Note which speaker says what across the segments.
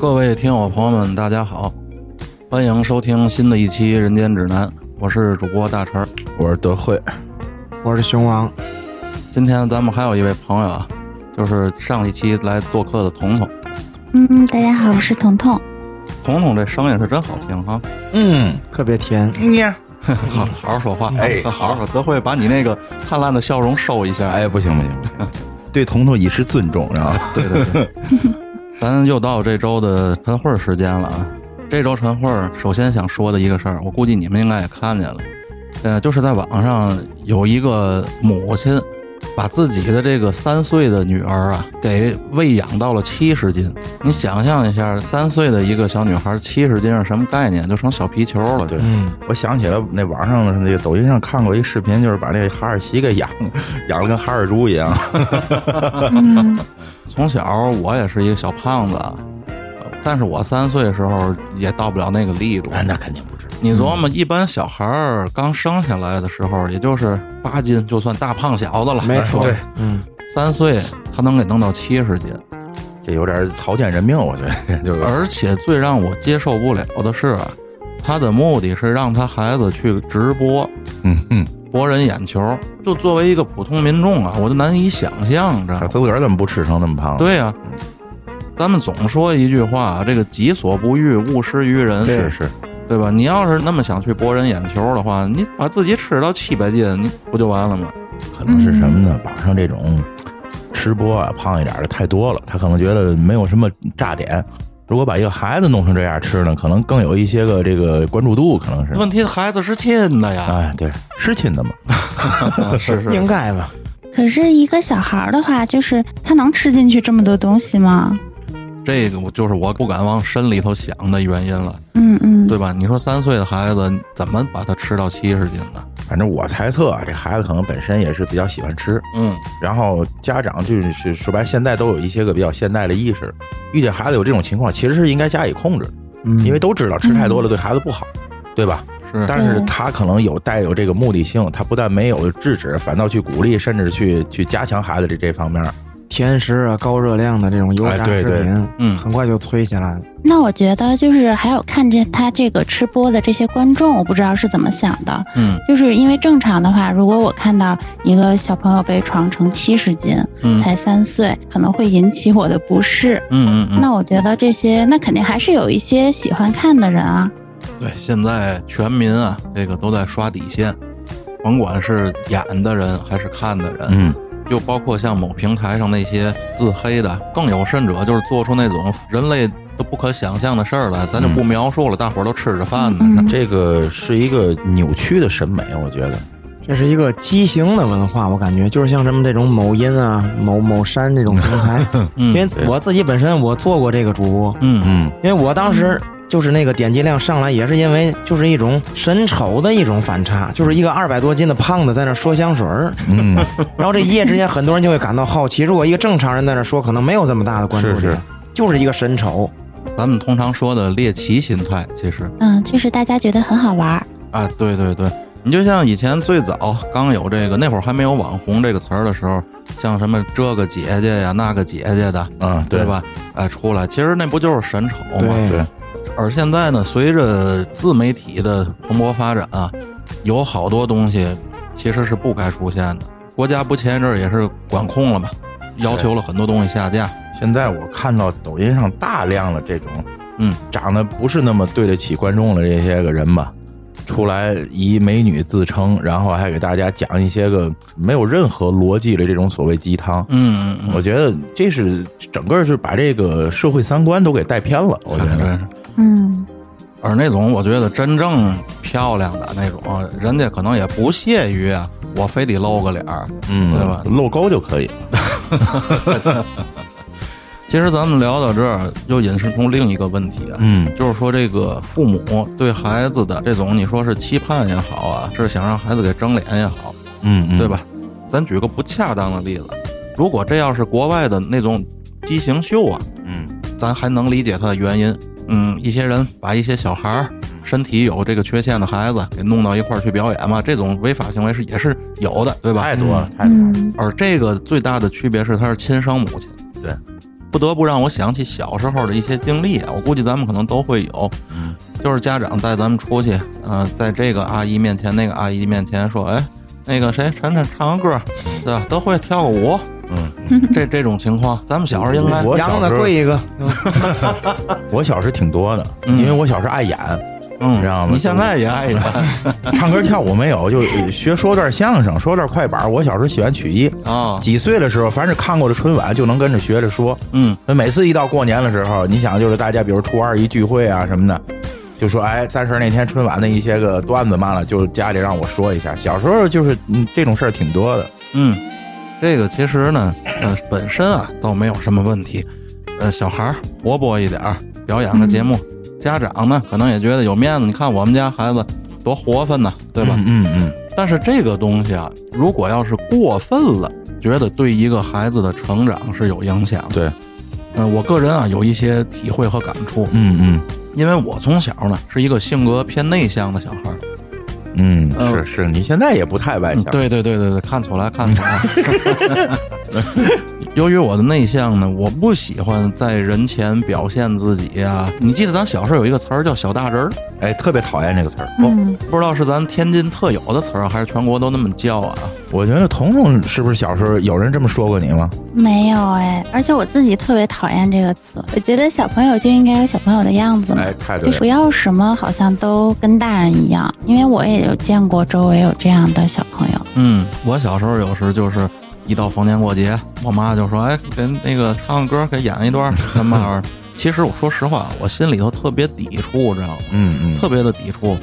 Speaker 1: 各位听友朋友们，大家好，欢迎收听新的一期《人间指南》，我是主播大陈。
Speaker 2: 我是德惠，
Speaker 3: 我是熊王，
Speaker 1: 今天咱们还有一位朋友啊，就是上一期来做客的彤彤。
Speaker 4: 嗯，大家好，我是彤彤。
Speaker 1: 彤彤这声音是真好听哈，
Speaker 2: 嗯，
Speaker 3: 特别甜。
Speaker 2: 呀，
Speaker 1: 好好好说话，
Speaker 2: 哎
Speaker 1: 好嗯好说。德惠把你那个灿烂的笑容收一下。哎，
Speaker 2: 哎，不行不行， 不行对彤彤以示尊重，然后
Speaker 1: 对对对， 咱又到这周的晨会儿时间了啊。这周晨会儿首先想说的一个事儿，我估计你们应该也看见了，呃，就是在网上有一个母亲把自己的这个三岁的女儿啊给喂养到了七十斤。你想象一下，三岁的一个小女孩七十斤是什么概念？就成小皮球了。对
Speaker 3: 嗯，
Speaker 2: 我想起来那网上的那个抖音上看过一视频，就是把那哈士奇给养，养的跟哈尔猪一样。
Speaker 4: 嗯，
Speaker 1: 从小我也是一个小胖子，呃但是我三岁的时候也到不了哎那个力度。
Speaker 3: 哎
Speaker 2: 肯定不止，
Speaker 1: 你
Speaker 3: 嗯
Speaker 1: 琢磨，一般小孩儿刚生下来的时候，也就是八斤，就算大胖小子了。
Speaker 3: 没错，
Speaker 2: 对，
Speaker 3: 嗯，
Speaker 1: 三岁他能给弄到七十斤，
Speaker 2: 这有点草菅人命，我觉得 就是。
Speaker 1: 而且最让我接受不了的是啊，他的目的是让他孩子去直播，
Speaker 2: 嗯嗯，
Speaker 1: 博人眼球。就作为一个普通民众啊，我就难以想象，你知道
Speaker 2: 他
Speaker 1: 吗？
Speaker 2: 自个儿怎么不吃成那么胖？，
Speaker 1: 对呀、咱们总说一句话，这个己所不欲，勿施于人。
Speaker 2: 是是，
Speaker 1: 对吧？你要是那么想去博人眼球的话，你把自己吃到七百斤，你不就完了吗？
Speaker 2: 可能是什么呢？网上这种吃播啊，胖一点的太多了，他可能觉得没有什么炸点。如果把一个孩子弄成这样吃呢，可能更有一些个这个关注度，可能是。
Speaker 1: 问题孩子是亲的 呀，啊
Speaker 2: 哎，对，是亲的嘛。
Speaker 1: 是
Speaker 3: 应该吧？
Speaker 4: 可是一个小孩儿的话，就是他能吃进去这么多东西吗？
Speaker 1: 这个我就是我不敢往深里头想的原因了，
Speaker 4: 嗯嗯，
Speaker 1: 对吧？你说三岁的孩子怎么把他吃到七十斤呢？
Speaker 2: 反正我猜测啊，这孩子可能本身也是比较喜欢吃，
Speaker 1: 嗯，
Speaker 2: 然后家长就是说白，现在都有一些个比较现代的意识，遇见孩子有这种情况，其实是应该加以控制，
Speaker 3: 嗯，
Speaker 2: 因为都知道吃太多了对孩子不好，对吧？
Speaker 1: 是，
Speaker 2: 但是他可能有带有这个目的性，他不但没有制止，反倒去鼓励，甚至去去加强孩子这这方面。
Speaker 3: 甜食啊，高热量的这种油炸
Speaker 2: 哎
Speaker 3: 食
Speaker 2: 对对
Speaker 3: 品，
Speaker 1: 嗯
Speaker 3: 很快就催起来了。
Speaker 4: 那我觉得就是还有看着他这个吃播的这些观众，我不知道是怎么想的。
Speaker 1: 嗯
Speaker 4: 就是因为正常的话，如果我看到一个小朋友被闯成七十斤，
Speaker 1: 嗯
Speaker 4: 才三岁，可能会引起我的不适。
Speaker 1: 嗯嗯嗯，
Speaker 4: 那我觉得这些，那肯定还是有一些喜欢看的人啊。
Speaker 1: 对，现在全民啊，这个都在刷底线，甭管是演的人还是看的人，
Speaker 2: 嗯，
Speaker 1: 就包括像某平台上那些自黑的，更有甚者就是做出那种人类都不可想象的事儿来，咱就
Speaker 3: 嗯
Speaker 1: 不描述了，大伙儿都吃着饭呢。
Speaker 4: 嗯，
Speaker 2: 这个是一个扭曲的审美，我觉得。
Speaker 3: 这是一个畸形的文化，我感觉就是像什么这种某音 啊、某某山这种平台，因为我自己本身我做过这个主播，
Speaker 1: 嗯嗯
Speaker 2: 嗯，
Speaker 3: 因为我当时就是那个点击量上来，也是因为就是一种神丑的一种反差，就是一个二百多斤的胖子在那说香水 儿，
Speaker 2: 嗯，
Speaker 3: 然后这一夜之间很多人就会感到好奇，如果一个正常人在那说，可能没有这么大的关注点，
Speaker 2: 是是
Speaker 3: 就是一个神丑，
Speaker 1: 咱们通常说的猎奇心态，其实
Speaker 4: 嗯，就是大家觉得很好玩儿。
Speaker 1: 啊，对对对，你就像以前最早刚有这个那会儿还没有“网红”这个词儿的时候，像什么这个姐姐呀、那个姐姐的，
Speaker 2: 啊，
Speaker 1: 对
Speaker 2: 对？
Speaker 1: 吧？哎，出来，其实那不就是神丑吗？
Speaker 3: 对
Speaker 2: 对，
Speaker 1: 而现在呢，随着自媒体的蓬勃发展啊，有好多东西其实是不该出现的。国家不前一阵儿也是管控了嘛，要求了很多东西下架。
Speaker 2: 现在我看到抖音上大量的这种，
Speaker 1: 嗯，
Speaker 2: 长得不是那么对得起观众的这些个人吧，出来以美女自称，然后还给大家讲一些个没有任何逻辑的这种所谓鸡汤。
Speaker 1: 嗯嗯
Speaker 2: 我觉得这是整个是把这个社会三观都给带偏了。我
Speaker 1: 嗯，
Speaker 2: 觉
Speaker 1: 对
Speaker 2: 得，
Speaker 1: 对。
Speaker 4: 嗯。
Speaker 1: 而那种我觉得真正漂亮的那种，人家可能也不屑于啊，我非得露个脸儿。
Speaker 2: 嗯，
Speaker 1: 对吧
Speaker 2: 露沟就可以。
Speaker 1: 其实咱们聊到这儿，又引申出另一个问题啊，
Speaker 2: 嗯
Speaker 1: 就是说这个父母对孩子的这种，你说是期盼也好啊，是想让孩子给争脸也好，
Speaker 2: 嗯，嗯
Speaker 1: 对？吧？咱举个不恰当的例子，如果这要是国外的那种畸形秀啊，
Speaker 2: 嗯，
Speaker 1: 咱还能理解它的原因。嗯，一些人把一些小孩儿、身体有这个缺陷的孩子给弄到一块儿去表演嘛，这种违法行为是也是有的，对吧？
Speaker 2: 太多了，太多了。
Speaker 4: 嗯
Speaker 1: 而这个最大的区别是，他是亲生母亲。
Speaker 2: 对，
Speaker 1: 不得不让我想起小时候的一些经历啊。我估计咱们可能都会有，
Speaker 2: 嗯
Speaker 1: 就是家长带咱们出去，呃，在这个阿姨面前、那个阿姨面前说，哎，那个谁，晨晨唱个歌，对吧？都会跳个舞，
Speaker 2: 嗯，
Speaker 1: 这这种情况，咱们小时候应该
Speaker 2: 我
Speaker 3: 杨
Speaker 2: 小
Speaker 3: 子
Speaker 2: 时候
Speaker 3: 跪一个，
Speaker 2: 我小时候挺多的，
Speaker 1: 嗯
Speaker 2: 因为我小时候爱演，
Speaker 1: 嗯，
Speaker 2: 知道吗
Speaker 1: 你现在也爱演
Speaker 2: 唱歌跳舞没有，就学说段相声，说段快板。我小时候喜欢曲艺，
Speaker 1: 啊，
Speaker 2: 几岁的时候，凡是看过的春晚就能跟着学着说。
Speaker 1: 嗯
Speaker 2: 那每次一到过年的时候，你想就是大家比如初二一聚会啊什么的，就说哎三十那天春晚的一些个段子嘛了，就是家里让我说一下。小时候就是嗯这种事儿挺多的，
Speaker 1: 嗯，这个其实呢，呃，本身啊倒没有什么问题，呃，小孩儿活泼一点儿，表演个节目，家长呢可能也觉得有面子，你看我们家孩子多活泛呢，对吧？
Speaker 2: 嗯嗯嗯，
Speaker 1: 但是这个东西啊，如果要是过分了，觉得对一个孩子的成长是有影响的。
Speaker 2: 对，
Speaker 1: 嗯、我个人啊有一些体会和感触，
Speaker 2: 嗯
Speaker 1: 因为我从小呢是一个性格偏内向的小孩儿。
Speaker 2: 嗯嗯，
Speaker 1: 呃
Speaker 2: 是是，你现在也不太外向，
Speaker 1: 嗯对对对对对，看出来看出来。 由于我的内向呢，我不喜欢在人前表现自己呀、你记得咱小时候有一个词儿叫“小大人儿
Speaker 2: 哎，特别讨厌这个词儿。
Speaker 4: 嗯，”，
Speaker 1: 不知道是咱天津特有的词儿，还是全国都那么叫啊？
Speaker 2: 我觉得彤彤是不是小时候有人这么说过你吗？
Speaker 4: 没有哎，而且我自己特别讨厌这个词，我觉得小朋友就应该有小朋友的样子嘛。
Speaker 2: 哎，太对
Speaker 4: 就
Speaker 2: 了
Speaker 4: 不。要什么好像都跟大人一样，因为我也有见过周围有这样的小朋友，
Speaker 1: 嗯，我小时候有时就是一到逢年过节，我妈就说：“哎，给那个唱个歌，给演一段儿什么玩意儿。”其实我说实话，我心里头特别抵触，知道吗？
Speaker 2: 嗯嗯，
Speaker 1: 特别的抵触，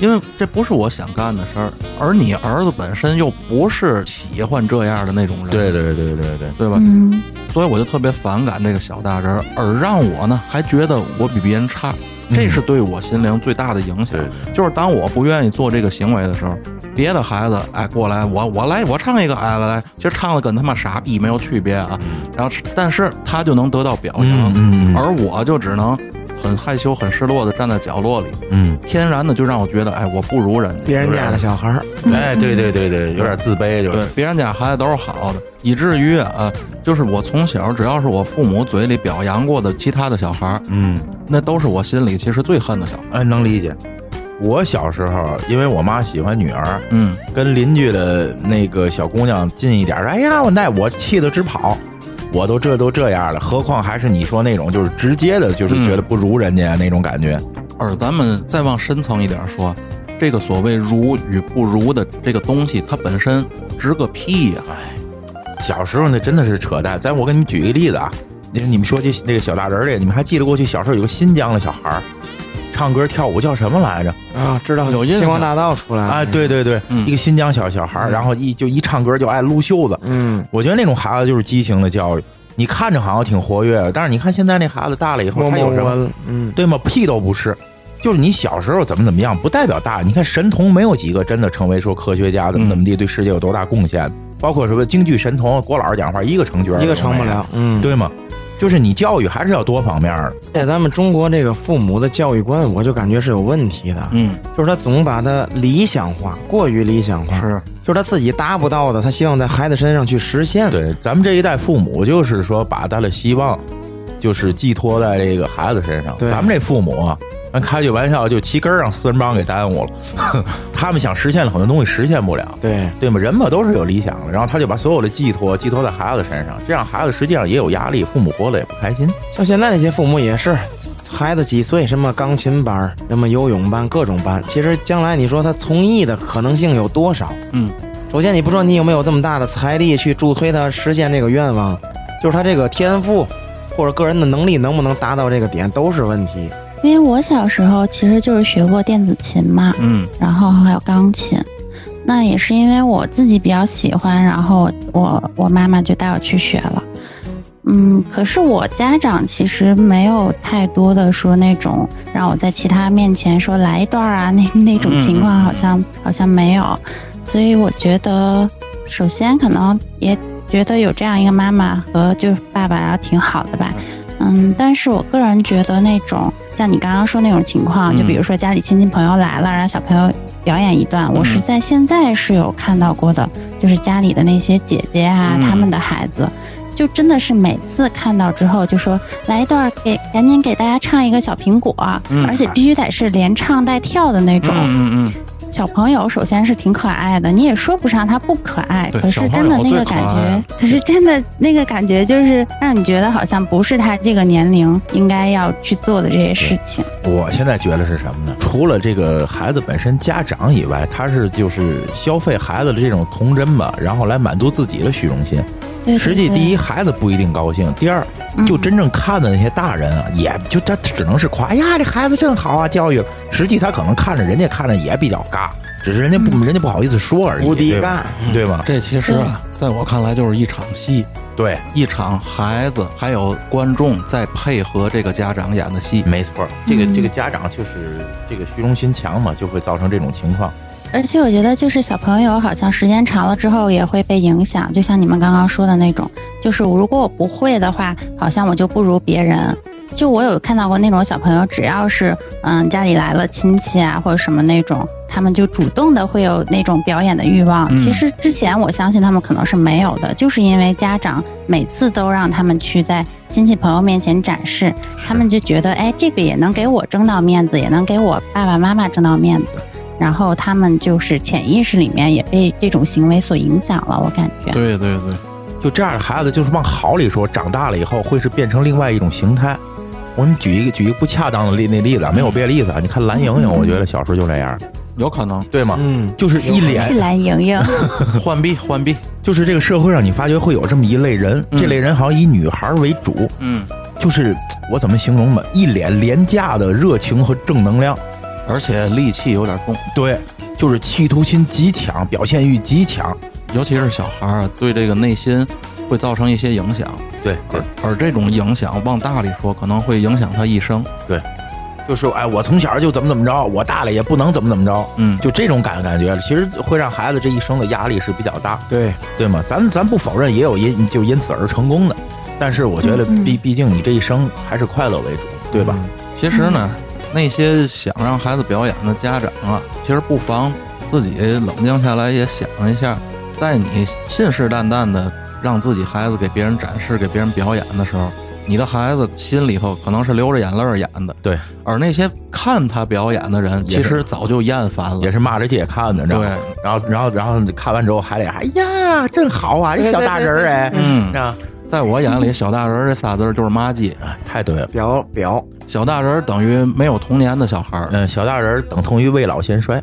Speaker 1: 因为这不是我想干的事儿，而你儿子本身又不是喜欢这样的那种人，
Speaker 2: 对对对对对，
Speaker 1: 对吧？
Speaker 4: 嗯，
Speaker 1: 所以我就特别反感这个小大人儿，而让我呢还觉得我比别人差，
Speaker 2: 嗯
Speaker 1: 这是对我心灵最大的影响。
Speaker 2: 对
Speaker 1: 就是当我不愿意做这个行为的时候，别的孩子哎过来，我我来我唱一个，哎来来，其实唱的跟他妈傻逼没有区别啊。然后但是他就能得到表扬，
Speaker 2: 嗯
Speaker 1: 而我就只能很害羞、很失落的站在角落里。
Speaker 2: 嗯，
Speaker 1: 天然的就让我觉得，哎，我不如人家，
Speaker 3: 别人家的小孩儿，
Speaker 2: 哎，对对对对，有点自卑，就
Speaker 1: 对
Speaker 2: 是，
Speaker 1: 别人家孩子都是好的，以至于啊，就是我从小只要是我父母嘴里表扬过的其他的小孩儿，
Speaker 2: 嗯，
Speaker 1: 那都是我心里其实最恨的小孩儿。
Speaker 2: 哎，能理解。我小时候，因为我妈喜欢女儿，
Speaker 1: 嗯
Speaker 2: 跟邻居的那个小姑娘近一点，哎呀，我那我气得直跑，我都这都这样了，何况还是你说那种就是直接的，就是
Speaker 1: 嗯
Speaker 2: 觉得不如人家那种感觉。
Speaker 1: 而咱们再往深层一点说，这个所谓如与不如的这个东西，它本身值个屁呀、
Speaker 2: 小时候那真的是扯淡。咱我给你们举一个例子啊，你你们说起那个小大人儿这，你们还记得过去小时候有个新疆的小孩儿，唱歌跳舞叫什么来着？
Speaker 3: 啊，知道
Speaker 1: 有印象
Speaker 3: 星光大道出来了
Speaker 2: 啊，，对对对，
Speaker 1: 嗯
Speaker 2: 一个新疆小小孩儿，然后一就一唱歌就爱撸袖子。
Speaker 3: 嗯，
Speaker 2: 我觉得那种孩子就是畸形的教育。你看着好像挺活跃，但是你看现在那孩子大了以后，
Speaker 3: 默
Speaker 2: 他
Speaker 3: 默
Speaker 2: 有什
Speaker 3: 无
Speaker 2: 么
Speaker 3: 闻，嗯，
Speaker 2: 对吗？屁都不是。就是你小时候怎么怎么样，不代表大。你看神童没有几个真的成为说科学家怎么怎么地，对世界有多大贡献。包括什么京剧神童郭老师讲话，一个成角儿
Speaker 3: 一个
Speaker 2: 都没
Speaker 3: 成不
Speaker 2: 有
Speaker 3: 了，嗯，
Speaker 2: 对吗？就是你教育还是要多方面儿的。
Speaker 3: 在咱们中国这个父母的教育观，我就感觉是有问题的，
Speaker 1: 嗯，
Speaker 3: 就是他总把他理想化，过于理想化，
Speaker 1: 是，
Speaker 3: 就是他自己达不到的，他希望在孩子身上去实现。，
Speaker 2: 对，咱们这一代父母就是说把他的希望，就是寄托在这个孩子身上。
Speaker 3: 对
Speaker 2: 咱们这父母啊，咱开句玩笑，就齐根儿让四人帮给耽误了。 他们想实现了很多东西，实现不了，
Speaker 3: 对，
Speaker 2: 对吗？人嘛都是有理想的，然后他就把所有的寄托寄托在孩子身上，这样孩子实际上也有压力，父母活得也不开心。
Speaker 3: 像现在这些父母也是，孩子几岁，什么钢琴班儿，什么游泳班，各种班。其实将来你说他从艺的可能性有多少？
Speaker 1: 嗯，
Speaker 3: 首先你不说你有没有这么大的财力去助推他实现这个愿望，就是他这个天赋或者个人的能力能不能达到这个点都是问题。
Speaker 4: 因为我小时候其实就是学过电子琴嘛，
Speaker 1: 嗯
Speaker 4: 然后还有钢琴。那也是因为我自己比较喜欢，然后我我妈妈就带我去学了。嗯，可是我家长其实没有太多的说那种让我在其他面前说来一段儿啊，那那种
Speaker 1: 嗯
Speaker 4: 情
Speaker 1: 嗯
Speaker 4: 况
Speaker 1: 嗯
Speaker 4: 好像、好像没有，所以我觉得，首先可能也觉得有这样一个妈妈和就是爸爸，然后挺好的吧。嗯，但是我个人觉得那种像你刚刚说那种情况，
Speaker 1: 嗯
Speaker 4: 就比如说家里亲戚朋友来了，让小朋友表演
Speaker 1: 嗯
Speaker 4: 一段，我是在现在是有看到过的，就是家里的那些姐姐啊，
Speaker 1: 嗯
Speaker 4: 他们的孩子。就真的是每次看到之后就说来一段给赶紧给大家唱一个小苹果，
Speaker 1: 嗯
Speaker 4: 而且必须得是连唱带跳的那种。
Speaker 1: 嗯嗯
Speaker 4: 小朋友首先是挺可爱的，你也说不上他不可爱，
Speaker 1: 对
Speaker 4: 可是真的那个感
Speaker 1: 小朋友
Speaker 4: 觉，可是真的那个感觉就是让你觉得好像不是他这个年龄应该要去做的这些事情。
Speaker 2: 我现在觉得是什么呢？除了这个孩子本身家长以外，他是就是消费孩子的这种童真吧，然后来满足自己的虚荣心。
Speaker 4: 对
Speaker 2: 实际第
Speaker 4: 一，
Speaker 2: 一，孩子不一定高兴；第二，
Speaker 4: 嗯
Speaker 2: 就真正看的那些大人啊，也就他只能是夸哎呀，这孩子真好啊，教育了。实际他可能看着人家看着也比较尬，只是人家
Speaker 4: 嗯
Speaker 2: 不、人家不好意思说而已，
Speaker 3: 无敌
Speaker 2: 对吧
Speaker 3: 尬，
Speaker 2: 对吧？
Speaker 1: 这其实啊，在我看来就是一场戏，
Speaker 4: 嗯
Speaker 2: 对，
Speaker 1: 一场孩子还有观众在配合这个家长演的戏。
Speaker 2: 没错儿，这
Speaker 4: 嗯
Speaker 2: 个这个家长就是这个虚荣心强嘛，就会造成这种情况。
Speaker 4: 而且我觉得就是小朋友好像时间长了之后也会被影响，就像你们刚刚说的那种，就是如果我不会的话，好像我就不如别人。就我有看到过那种小朋友，只要是嗯家里来了亲戚啊或者什么那种，他们就主动的会有那种表演的欲望。
Speaker 1: 嗯
Speaker 4: 其实之前我相信他们可能是没有的，就是因为家长每次都让他们去在亲戚朋友面前展示，他们就觉得哎这个也能给我争到面子，也能给我爸爸妈妈争到面子。然后他们就是潜意识里面也被这种行为所影响了，我感觉。
Speaker 1: 对对对，
Speaker 2: 就这样的孩子，就是往好里说，长大了以后会是变成另外一种形态。我给你举一个举一个不恰当的例那例子啊，没
Speaker 4: 嗯
Speaker 2: 有别的例子啊。你看蓝莹莹，我觉得小时候就这样，
Speaker 1: 有可能
Speaker 2: 对吗？
Speaker 3: 嗯，
Speaker 2: 就是一
Speaker 4: 是
Speaker 2: 脸，
Speaker 4: 蓝莹 莹，
Speaker 1: 换币换币。
Speaker 2: 就是这个社会上你发觉会有这么一类人，
Speaker 1: 嗯
Speaker 2: 这类人好像以女孩为主，
Speaker 1: 嗯，
Speaker 2: 就是我怎么形容吧，一脸廉价的热情和正能量，
Speaker 1: 而且戾气有点重，
Speaker 2: 对，就是企图心极强，表现欲极强，
Speaker 1: 尤其是小孩儿啊，对这个内心会造成一些影响。
Speaker 2: 对
Speaker 1: 而而这种影响往大里说，可能会影响他一生。
Speaker 2: 就是哎，我从小就怎么怎么着，我大了也不能怎么怎么着，
Speaker 1: 嗯，
Speaker 2: 就这种感感觉，其实会让孩子这一生的压力是比较大，
Speaker 3: 对，
Speaker 2: 对吗？咱咱不否认也有因就因此而成功的，但是我觉得
Speaker 4: 嗯嗯
Speaker 2: 毕毕竟你这一生还是快乐为主，对吧？
Speaker 1: 其实呢，那些想让孩子表演的家长啊，其实不妨自己冷静下来，也想一下，在你信誓旦旦的让自己孩子给别人展示、给别人表演的时候，你的孩子心里头可能是流着眼泪儿演的，
Speaker 2: 对，
Speaker 1: 而那些看他表演的人，
Speaker 2: 也
Speaker 1: 其
Speaker 2: 是
Speaker 1: 实早就厌烦了，
Speaker 2: 也是骂着街看的，然
Speaker 1: 嗯
Speaker 2: 后
Speaker 1: 对，
Speaker 2: 然后然后然后看完之后还得哎呀，真好啊，这小大人儿哎，
Speaker 1: 嗯，
Speaker 2: 啊，
Speaker 1: 在我眼里，小大人儿这仨字儿就是妈鸡，
Speaker 2: 哎太对了。
Speaker 3: 表表，
Speaker 1: 小大人儿等于没有童年的小孩儿，
Speaker 2: 嗯，小大人儿等同于未老先衰，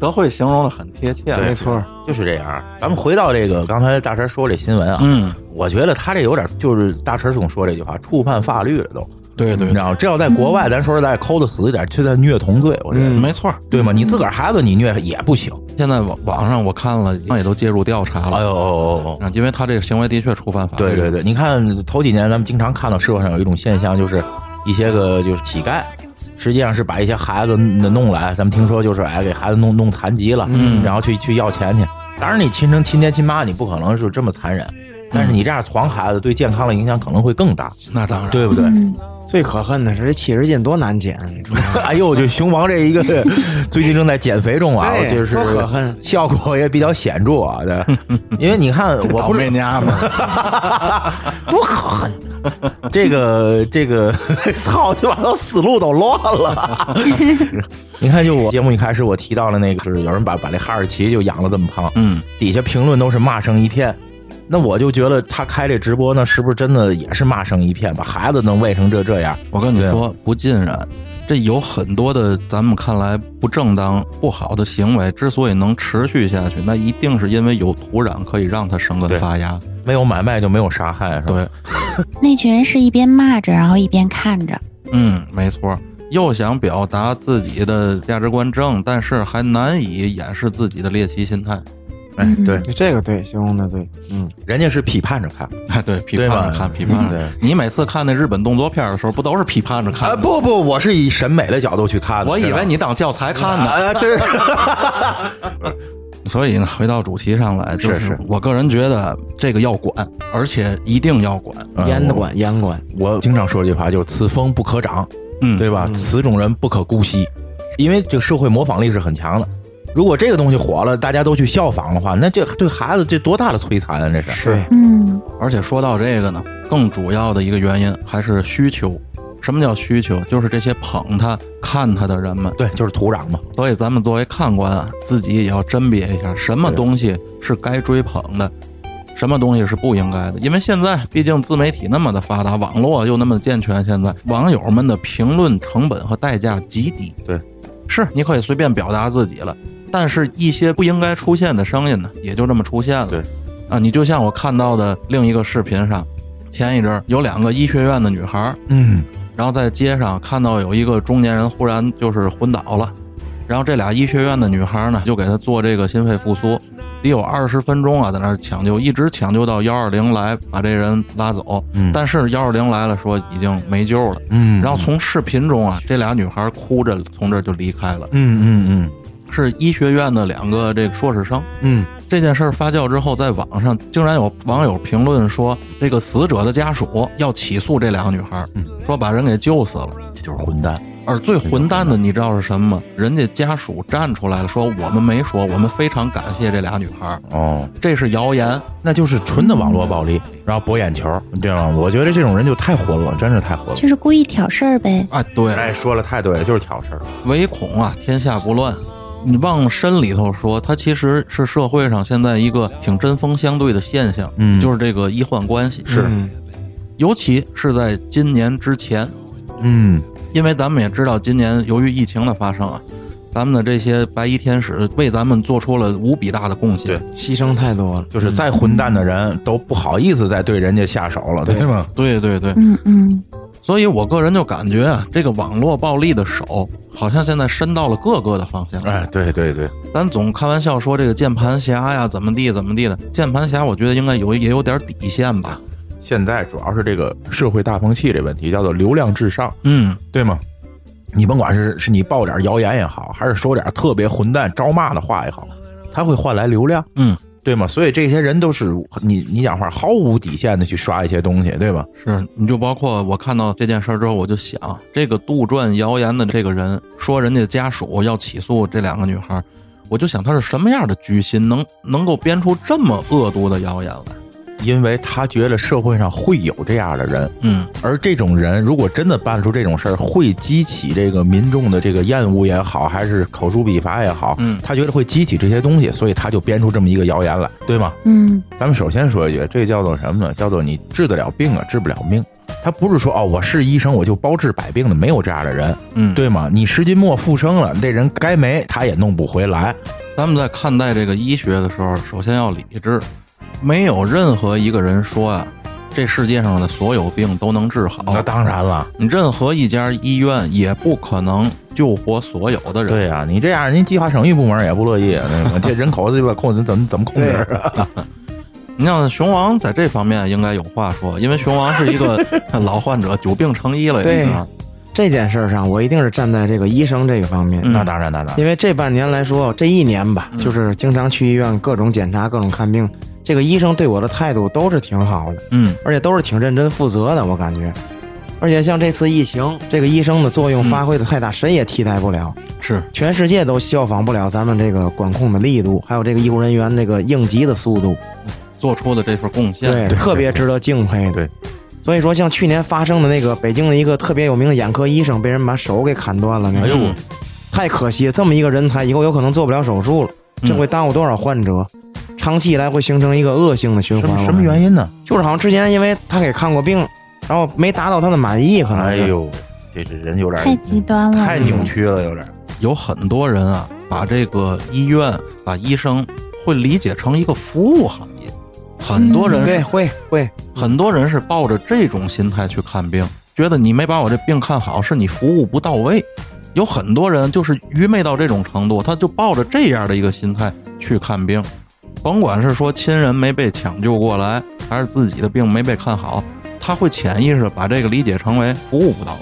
Speaker 1: 德惠形容的很贴切，
Speaker 3: 没错，
Speaker 2: 就是这样。咱们回到这个刚才大神说这新闻啊，
Speaker 1: 嗯，
Speaker 2: 我觉得他这有点就是大神总说这句话，触犯法律了都。
Speaker 1: 对
Speaker 2: 你知道吗，这要在国外，咱说实在抠的死一点，这在虐童罪，我觉得、
Speaker 3: 嗯
Speaker 1: 没错儿。
Speaker 2: 对吗？你自个儿孩子你虐也不行。
Speaker 1: 现在网网上我看了，也都介入调查了。
Speaker 2: 哎呦，哦哦哦
Speaker 1: 啊，因为他这个行为的确触
Speaker 3: 啊
Speaker 1: 犯法律。
Speaker 2: 对对对，你看头几年咱们经常看到社会上有一种现象，就是一些个就是乞丐，实际上是把一些孩子弄弄来，咱们听说就是哎给孩子弄弄残疾了，
Speaker 1: 嗯
Speaker 2: 然后去去要钱去。当然你亲生亲爹亲妈你不可能是这么残
Speaker 3: 嗯
Speaker 2: 忍，但是你这样闯孩子对健康的影响可能会更大，
Speaker 1: 那当然。
Speaker 2: 对不对？
Speaker 3: 嗯最可恨的是这七十斤多难减，你说
Speaker 2: 哎呦，就熊王这一 个最近正在减肥中啊，我
Speaker 3: 对
Speaker 2: 就是
Speaker 3: 多可恨
Speaker 2: 效果也比较显著啊。 对，因为你看，我不是
Speaker 1: 家嘛，
Speaker 3: 多可恨！
Speaker 2: 这个这个， 操，就把我思路都乱了。 你看，就我节目一开始我提到了那个，就是有人把把这哈士奇就养了这么胖，
Speaker 1: 嗯，
Speaker 2: 底下评论都是骂声一片。那我就觉得他开这直播，那是不是真的也是骂声一片，把孩子能喂成这这样？
Speaker 1: 我跟你
Speaker 2: 对
Speaker 1: 说，不尽然。这有很多的咱们看来不正当、不好的行为，之所以能持续下去，那一定是因为有土壤可以让它生根
Speaker 2: 对
Speaker 1: 发芽。
Speaker 2: 没有买卖就没有杀害，是吧？
Speaker 1: 对，
Speaker 4: 那群人是一边骂着，然后一边看着。
Speaker 1: 嗯，没错。又想表达自己的价值观正，但是还难以掩饰自己的猎奇心态。
Speaker 2: 哎，对，
Speaker 3: 这个对，形容的对，嗯，
Speaker 2: 人家是批判着看。
Speaker 1: 哎，对，批
Speaker 2: 对
Speaker 1: 判
Speaker 2: 吧
Speaker 1: 着看，批判着
Speaker 2: 嗯
Speaker 1: 看。你每次看那日本动作片的时候，不都是批判着看
Speaker 2: 啊，
Speaker 1: 的吗？
Speaker 2: 不不，我是以审美的角度去看的。
Speaker 1: 我以为你当教材看呢。
Speaker 2: 啊， 对，
Speaker 1: 所以呢，回到主题上来，就是
Speaker 2: 是
Speaker 1: 我个人觉得这个要管，而且一定要管。
Speaker 3: 严管严管，
Speaker 2: 我经常说这句话，就是此风不可长，
Speaker 1: 嗯
Speaker 2: 对吧？此种人不可姑息，因为这个社会模仿力是很强的。如果这个东西火了，大家都去效仿的话，那这对孩子这多大的摧残啊！这是
Speaker 3: 对，
Speaker 4: 嗯
Speaker 1: 而且说到这个呢，更主要的一个原因还是需求。什么叫需求？就是这些捧他、看他的人们。
Speaker 2: 对，就是土壤嘛。
Speaker 1: 所以咱们作为看官啊，自己也要甄别一下，什么东西是该追捧的，什么东西是不应该的。因为现在毕竟自媒体那么的发达，网络又那么健全，现在网友们的评论成本和代价极低。
Speaker 2: 对，
Speaker 1: 是你可以随便表达自己了，但是一些不应该出现的声音呢，也就这么出现了。
Speaker 2: 对，
Speaker 1: 啊，你就像我看到的另一个视频上，前一阵儿有两个医学院的女孩儿，
Speaker 2: 嗯，
Speaker 1: 然后在街上看到有一个中年人忽然就是昏倒了，然后这俩医学院的女孩呢就给他做这个心肺复苏，得有二十分钟啊，在那儿抢救，一直抢救到幺二零来把这人拉走，
Speaker 2: 嗯
Speaker 1: 但是幺二零来了说已经没救了，
Speaker 2: 嗯
Speaker 1: 然后从视频中啊，这俩女孩哭着从这儿就离开了，
Speaker 2: 嗯嗯
Speaker 1: 是医学院的两个这个硕士生。
Speaker 2: 嗯
Speaker 1: 这件事儿发酵之后，在网上竟然有网友评论说，这个死者的家属要起诉这两个女孩，
Speaker 2: 嗯
Speaker 1: 说把人给救死了。
Speaker 2: 嗯，这就是混蛋。
Speaker 1: 而最混蛋的，你知道是什么吗？人家家属站出来了，说我们没说，我们非常感谢这俩女孩儿，
Speaker 2: 哦，
Speaker 1: 这是谣言。
Speaker 2: 那就是纯的网络暴力，然后博眼球，对吗？我觉得这种人就太混了，真是太混了。
Speaker 4: 就是故意挑事儿呗。
Speaker 1: 哎，对，
Speaker 2: 哎，说了太对了，就是挑事儿。
Speaker 1: 唯恐啊天下不乱。你往深里头说，它其实是社会上现在一个挺针锋相对的现象，
Speaker 2: 嗯
Speaker 1: 就是这个医患关系，
Speaker 3: 嗯
Speaker 1: 尤其是在今年之前，
Speaker 2: 嗯，
Speaker 1: 因为咱们也知道，今年由于疫情的发生啊，咱们的这些白衣天使为咱们做出了无比大的贡献。
Speaker 3: 牺牲太多了。
Speaker 2: 就是再混蛋的人都不好意思再对人家下手了，对吗？
Speaker 1: 对对对，
Speaker 4: 嗯嗯，
Speaker 1: 所以我个人就感觉啊，这个网络暴力的手好像现在伸到了各个的方向。
Speaker 2: 哎，对对对，
Speaker 1: 咱总开玩笑说这个键盘侠呀，怎么地怎么地的，键盘侠我觉得应该有也有点底线吧。
Speaker 2: 现在主要是这个社会大风气这问题，叫做流量至上，
Speaker 1: 嗯，
Speaker 2: 对吗？你甭管是是你爆点谣言也好，还是说点特别混蛋招骂的话也好，他会换来流量，
Speaker 1: 嗯，
Speaker 2: 对吗？所以这些人都是你你讲话毫无底线的去刷一些东西，对吧？
Speaker 1: 是，你就包括我看到这件事儿之后，我就想，这个杜撰谣言的这个人说人家家属要起诉这两个女孩儿，我就想他是什么样的居心，能能够编出这么恶毒的谣言来？
Speaker 2: 因为他觉得社会上会有这样的人，
Speaker 1: 嗯，
Speaker 2: 而这种人如果真的办出这种事儿，会激起这个民众的这个厌恶也好，还是口诛笔伐也好，
Speaker 1: 嗯
Speaker 2: 他觉得会激起这些东西，所以他就编出这么一个谣言来，对吗？
Speaker 4: 嗯
Speaker 2: 咱们首先说一句，这叫做什么呢？叫做你治得了病啊，治不了命。他不是说哦，我是医生，我就包治百病的，没有这样的人，
Speaker 1: 嗯
Speaker 2: 对吗？你石金墨复生了，这人该没他也弄不回来，
Speaker 1: 咱们在看待这个医学的时候，首先要理智，没有任何一个人说啊，这世界上的所有病都能治好。
Speaker 2: 那当然了。
Speaker 1: 你任何一家医院也不可能救活所有的人。
Speaker 2: 对呀、你这样，人计划生育部门也不乐意，那个这人口这把控制怎么怎么控制啊？
Speaker 1: 你像熊王在这方面应该有话说，因为熊王是一 个老患者，久病成医了已经。
Speaker 3: 对这件事儿上，我一定是站在这个医生这个方面，
Speaker 1: 嗯
Speaker 2: 那当然，那当然，
Speaker 3: 因为这半年来说，这一年吧，
Speaker 1: 嗯
Speaker 3: 就是经常去医院各种检查、各种看病，这个医生对我的态度都是挺好的，
Speaker 1: 嗯，
Speaker 3: 而且都是挺认真负责的，我感觉。而且像这次疫情，这个医生的作用发挥的太大，谁也替代不了，
Speaker 1: 是
Speaker 3: 全世界都效仿不了咱们这个管控的力度，还有这个医护人员这个应急的速度，
Speaker 1: 做出了这份贡献。
Speaker 3: 对，
Speaker 2: 对
Speaker 3: 特别值得敬佩的。
Speaker 2: 对
Speaker 3: 所以说，像去年发生的那个北京的一个特别有名的眼科医生被人把手给砍断了，那
Speaker 2: 哎
Speaker 3: 个、
Speaker 2: 呦，
Speaker 3: 太可惜了。这么一个人才，以后有可能做不了手术了，
Speaker 1: 嗯
Speaker 3: 这会耽误多少患者？长期以来会形成一个恶性的循
Speaker 2: 什
Speaker 3: 环。
Speaker 2: 么什么
Speaker 3: 因？
Speaker 2: 原因呢？
Speaker 3: 就是好像之前因为他给看过病，然后没达到他的满意，可能
Speaker 2: 哎
Speaker 3: 是。
Speaker 2: 呦，这是人有点
Speaker 4: 太极端了。
Speaker 2: 太扭曲了，有点。
Speaker 1: 有很多人啊，把这个医院、把医生会理解成一个服务行业，很多人是
Speaker 3: 嗯对，会会，
Speaker 1: 很多人是抱着这种心态去看病，觉得你没把我这病看好，是你服务不到位。有很多人就是愚昧到这种程度，他就抱着这样的一个心态去看病，甭管是说亲人没被抢救过来，还是自己的病没被看好，他会潜意识地把这个理解成为服务不到位。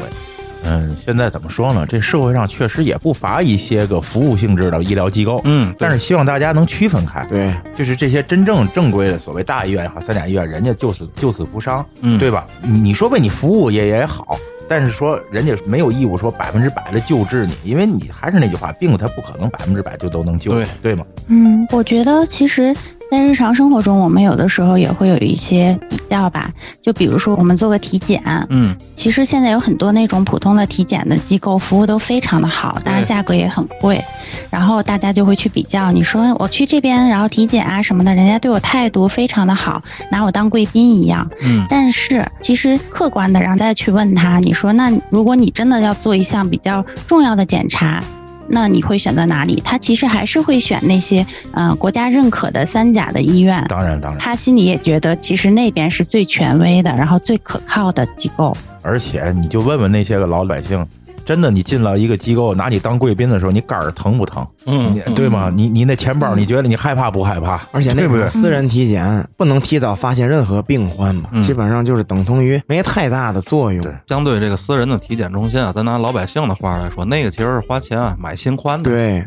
Speaker 2: 嗯，现在怎么说呢？这社会上确实也不乏一些个服务性质的医疗机构，
Speaker 1: 嗯，
Speaker 2: 但是希望大家能区分开，
Speaker 3: 对，
Speaker 2: 就是这些真正正规的所谓大医院也好，三甲医院，人家救死救死扶伤，
Speaker 1: 嗯
Speaker 2: 对吧？你你说为你服务也也好，但是说人家没有义务说百分之百的救治你，因为你还是那句话，病它不可能百分之百就都能救，
Speaker 1: 对
Speaker 2: 对吗？
Speaker 4: 嗯，我觉得其实，在日常生活中，我们有的时候也会有一些比较吧，就比如说我们做个体检，
Speaker 1: 嗯，
Speaker 4: 其实现在有很多那种普通的体检的机构，服务都非常的好，当然价格也很贵。然后大家就会去比较，你说我去这边，然后体检啊什么的，人家对我态度非常的好，拿我当贵宾一样。
Speaker 1: 嗯，
Speaker 4: 但是其实客观的，然后再去问他，你说那如果你真的要做一项比较重要的检查。那你会选择哪里？他其实还是会选那些，呃，国家认可的三甲的医院。
Speaker 2: 当然，当然。
Speaker 4: 他心里也觉得，其实那边是最权威的，然后最可靠的机构。
Speaker 2: 而且你就问问那些个老百姓，真的，你进了一个机构拿你当贵宾的时候，你肝儿疼不疼？
Speaker 1: 嗯
Speaker 2: 你对吗？你你那钱包，你觉得你害怕不害怕？
Speaker 3: 而且那
Speaker 2: 对不对
Speaker 3: 种？私人体检不能提早发现任何病患嘛，基本上就是等同于没太大的作用。
Speaker 2: 嗯对
Speaker 1: 相对这个私人的体检中心啊，咱拿老百姓的话来说，那个其实是花钱啊买心宽的。
Speaker 3: 对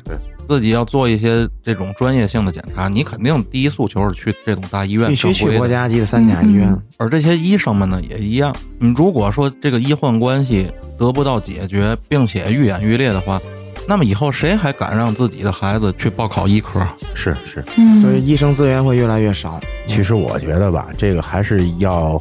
Speaker 1: 自己要做一些这种专业性的检查，你肯定第一诉求是去这种大医院
Speaker 3: 必
Speaker 1: 正
Speaker 3: 须去
Speaker 1: 规
Speaker 3: 国
Speaker 1: 的。
Speaker 3: 家级的三甲医院。
Speaker 4: 嗯
Speaker 1: 而这些医生们呢也一样，你如果说这个医患关系得不到解决，并且愈演愈烈的话，那么以后谁还敢让自己的孩子去报考医科？
Speaker 2: 是是。
Speaker 4: 嗯，
Speaker 3: 所以医生资源会越来越少。
Speaker 2: 其实我觉得吧，这个还是要，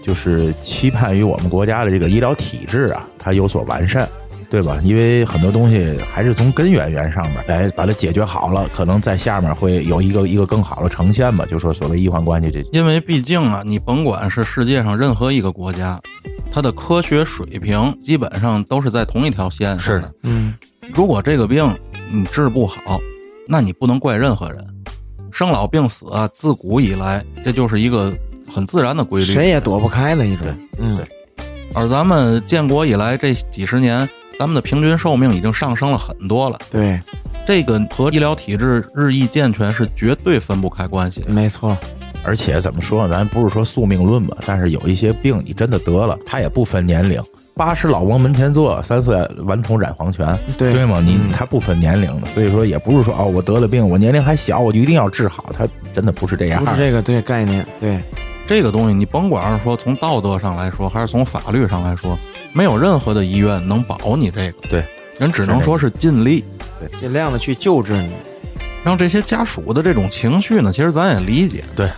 Speaker 2: 就是期盼于我们国家的这个医疗体制啊，它有所完善，对吧？因为很多东西还是从根源源上面来把它解决好了，可能在下面会有一个一个更好的呈现吧。就说所谓医患关系这，
Speaker 1: 因为毕竟啊，你甭管是世界上任何一个国家，它的科学水平基本上都是在同一条线上的。
Speaker 3: 嗯，
Speaker 1: 如果这个病你治不好，那你不能怪任何人。生老病死啊，自古以来这就是一个很自然的规律。
Speaker 3: 谁也躲不开的一种
Speaker 2: 对。
Speaker 3: 嗯，
Speaker 2: 对
Speaker 1: 而咱们建国以来这几十年，咱们的平均寿命已经上升了很多了。
Speaker 3: 对，
Speaker 1: 这个和医疗体制日益健全是绝对分不开关系的。
Speaker 3: 没错。
Speaker 2: 而且怎么说呢，咱不是说宿命论吧，但是有一些病你真的得了，它也不分年龄。八十老翁门前坐，三岁顽童染黄泉，
Speaker 3: 对
Speaker 2: 对吗？你它不分年龄的，所以说也不是说哦，我得了病，我年龄还小，我就一定要治好，它真的不是这样
Speaker 3: 不。是这个对概念，对
Speaker 1: 这个东西，你甭管是说从道德上来说，还是从法律上来说，没有任何的医院能保你这个。
Speaker 2: 对，
Speaker 1: 人只能说是尽力。
Speaker 3: 尽量的去救治你。
Speaker 1: 让这些家属的这种情绪呢，其实咱也理解。
Speaker 2: 对，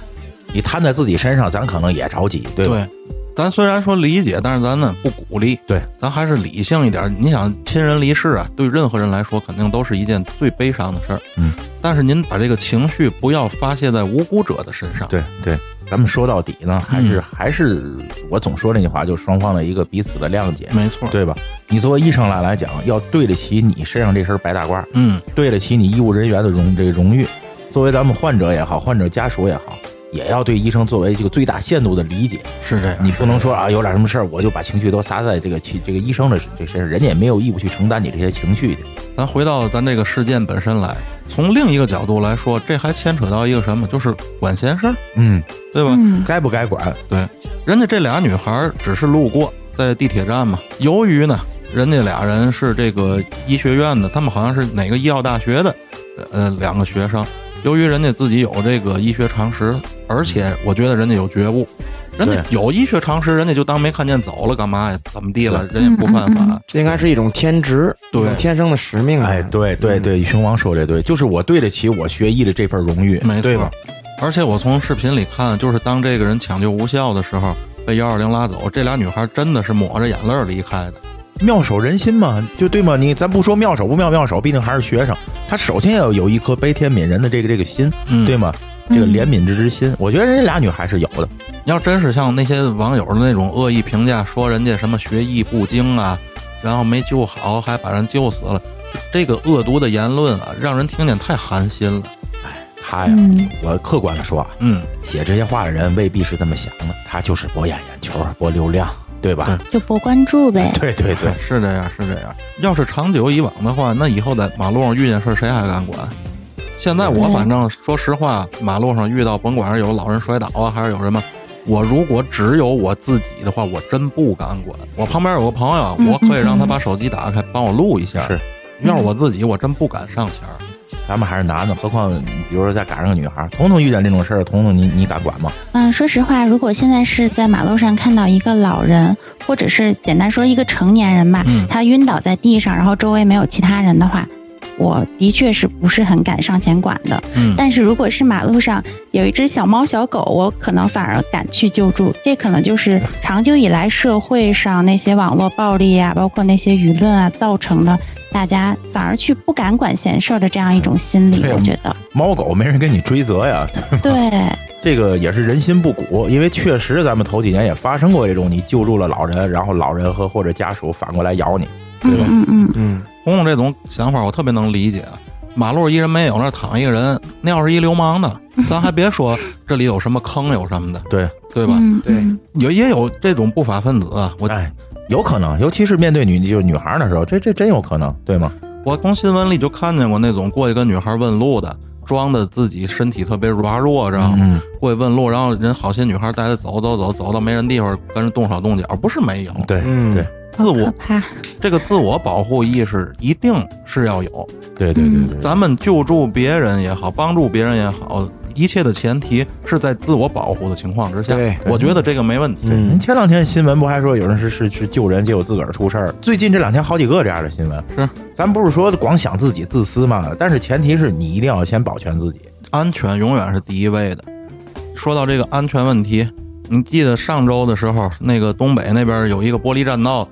Speaker 2: 你摊在自己身上，咱可能也着急，对吧？
Speaker 1: 对，咱虽然说理解，但是咱呢不鼓励。
Speaker 2: 对，
Speaker 1: 咱还是理性一点。你想，亲人离世啊，对任何人来说肯定都是一件最悲伤的事儿。
Speaker 2: 嗯，
Speaker 1: 但是您把这个情绪不要发泄在无辜者的身上。，
Speaker 2: 对对，咱们说到底呢，还是、还是我总说那句话，就是双方的一个彼此的谅解，
Speaker 1: 没错。，
Speaker 2: 对吧？你作为医生来来讲，要对得起你身上这身白大褂，
Speaker 1: 嗯，
Speaker 2: 对得起你医务人员的荣这个荣誉。作为咱们患者也好，患者家属也好，也要对医生作为这个最大限度的理解。
Speaker 1: 是这样。
Speaker 2: 你不能说啊，有点什么事儿，我就把情绪都撒在这个其这个医生的这身上，人家也没有义务去承担你这些情绪的。
Speaker 1: 咱回到咱这个事件本身来，从另一个角度来说，这还牵扯到一个什么，就是管闲事儿，
Speaker 2: 嗯，
Speaker 1: 对吧？
Speaker 4: 嗯
Speaker 2: 该不该管？
Speaker 1: 对，人家这俩女孩儿只是路过，在地铁站嘛。由于呢，人家俩人是这个医学院的，他们好像是哪个医药大学的，呃，两个学生。由于人家自己有这个医学常识，而且我觉得人家有觉悟，人家
Speaker 2: 对
Speaker 1: 有医学常识，人家就当没看见走了，干嘛呀？怎么地了？人家不犯法。
Speaker 4: 嗯嗯嗯
Speaker 3: 这应该是一种天职，
Speaker 1: 对
Speaker 3: 一种天生的使
Speaker 1: 嗯
Speaker 3: 命啊感。
Speaker 2: 哎，对对对，熊王说的对，就是我对得起我学医的这份荣誉，
Speaker 1: 没错
Speaker 2: 对吧？
Speaker 1: 而且我从视频里看，就是当这个人抢救无效的时候，被幺二零拉走，这俩女孩真的是抹着眼泪儿离开的。
Speaker 2: 妙手仁心嘛，就对吗？你咱不说妙手不妙妙手，毕竟还是学生，他首先要有一颗悲天悯人的这个这个心，
Speaker 1: 嗯
Speaker 2: 对吗？这个怜悯之之心，我觉得人家俩女孩是有的。
Speaker 1: 要真是像那些网友的那种恶意评价，说人家什么学艺不精啊，然后没救好，还把人救死了，这个恶毒的言论啊，让人听见太寒心了。
Speaker 2: 他哎呀，
Speaker 4: 嗯
Speaker 2: 我客观的说啊，
Speaker 1: 嗯，
Speaker 2: 写这些话的人未必是这么想的，他就是博眼眼球，博流量，对吧？
Speaker 1: 嗯
Speaker 4: 就博关注呗。
Speaker 2: 对对对，
Speaker 1: 是这样，是这样。要是长久以往的话，那以后在马路上遇见事儿，谁还敢管？现在我
Speaker 4: 对
Speaker 1: 反正说实话，马路上遇到，甭管是有老人摔倒啊，还是有什么，我如果只有我自己的话，我真不敢管。我旁边有个朋友，啊
Speaker 4: 嗯
Speaker 1: 我可以让他把手机打开，帮我录一下。
Speaker 2: 是，
Speaker 1: 要是我自己，我真不敢上前儿。
Speaker 2: 咱们还是男的，何况比如说再赶上个女孩儿，彤彤遇见这种事儿，彤彤你你敢管吗？
Speaker 4: 嗯，说实话，如果现在是在马路上看到一个老人，或者是简单说一个成年人吧，
Speaker 1: 嗯
Speaker 4: 他晕倒在地上，然后周围没有其他人的话，我的确是不是很敢上前管的。
Speaker 1: 嗯
Speaker 4: 但是如果是马路上有一只小猫小狗，我可能反而敢去救助。这可能就是长久以来社会上那些网络暴力啊，包括那些舆论啊造成的，大家反而去不敢管闲事儿的这样一种心理。
Speaker 2: 对
Speaker 4: 我觉得，
Speaker 2: 猫狗没人跟你追责呀，
Speaker 4: 对。
Speaker 2: 这个也是人心不古，因为确实咱们头几年也发生过这种，你救助了老人，然后老人和或者家属反过来咬你，对吧？
Speaker 4: 嗯嗯
Speaker 3: 嗯，
Speaker 1: 红红这种想法我特别能理解。马路一人没有，那儿躺一个人，那要是一流氓呢，咱还别说这里有什么坑有什么的，
Speaker 2: 对
Speaker 1: 对吧？
Speaker 4: 嗯，
Speaker 3: 对
Speaker 4: 嗯
Speaker 1: 有也有这种不法分子，啊我
Speaker 2: 哎，有可能，尤其是面对女就是女孩儿的时候，这这真有可能，对吗？
Speaker 1: 我从新闻里就看见过那种过去跟女孩问路的，装的自己身体特别软弱，知道吗？
Speaker 2: 嗯，
Speaker 1: 过去问路，然后人好心女孩带她走走走，走到没人地方跟人动手动脚，不是没有，
Speaker 2: 对
Speaker 3: 嗯
Speaker 2: 对
Speaker 1: 自
Speaker 4: 可
Speaker 1: 我
Speaker 4: 怕。
Speaker 1: 这个自我保护意识一定是要有。
Speaker 2: 对对对对，
Speaker 1: 咱们救助别人也好，帮助别人也好，一切的前提是在自我保护的情况之下。
Speaker 3: 对
Speaker 1: 我觉得这个没问题。
Speaker 3: 嗯
Speaker 2: 您前两天新闻不还说有人是是去救人，结果自个儿出事儿？最近这两天好几个这样的新闻。
Speaker 1: 是，
Speaker 2: 咱不是说光想自己自私嘛，但是前提是你一定要先保全自己。
Speaker 1: 安全永远是第一位的。说到这个安全问题，你记得上周的时候，那个东北那边有一个玻璃栈道，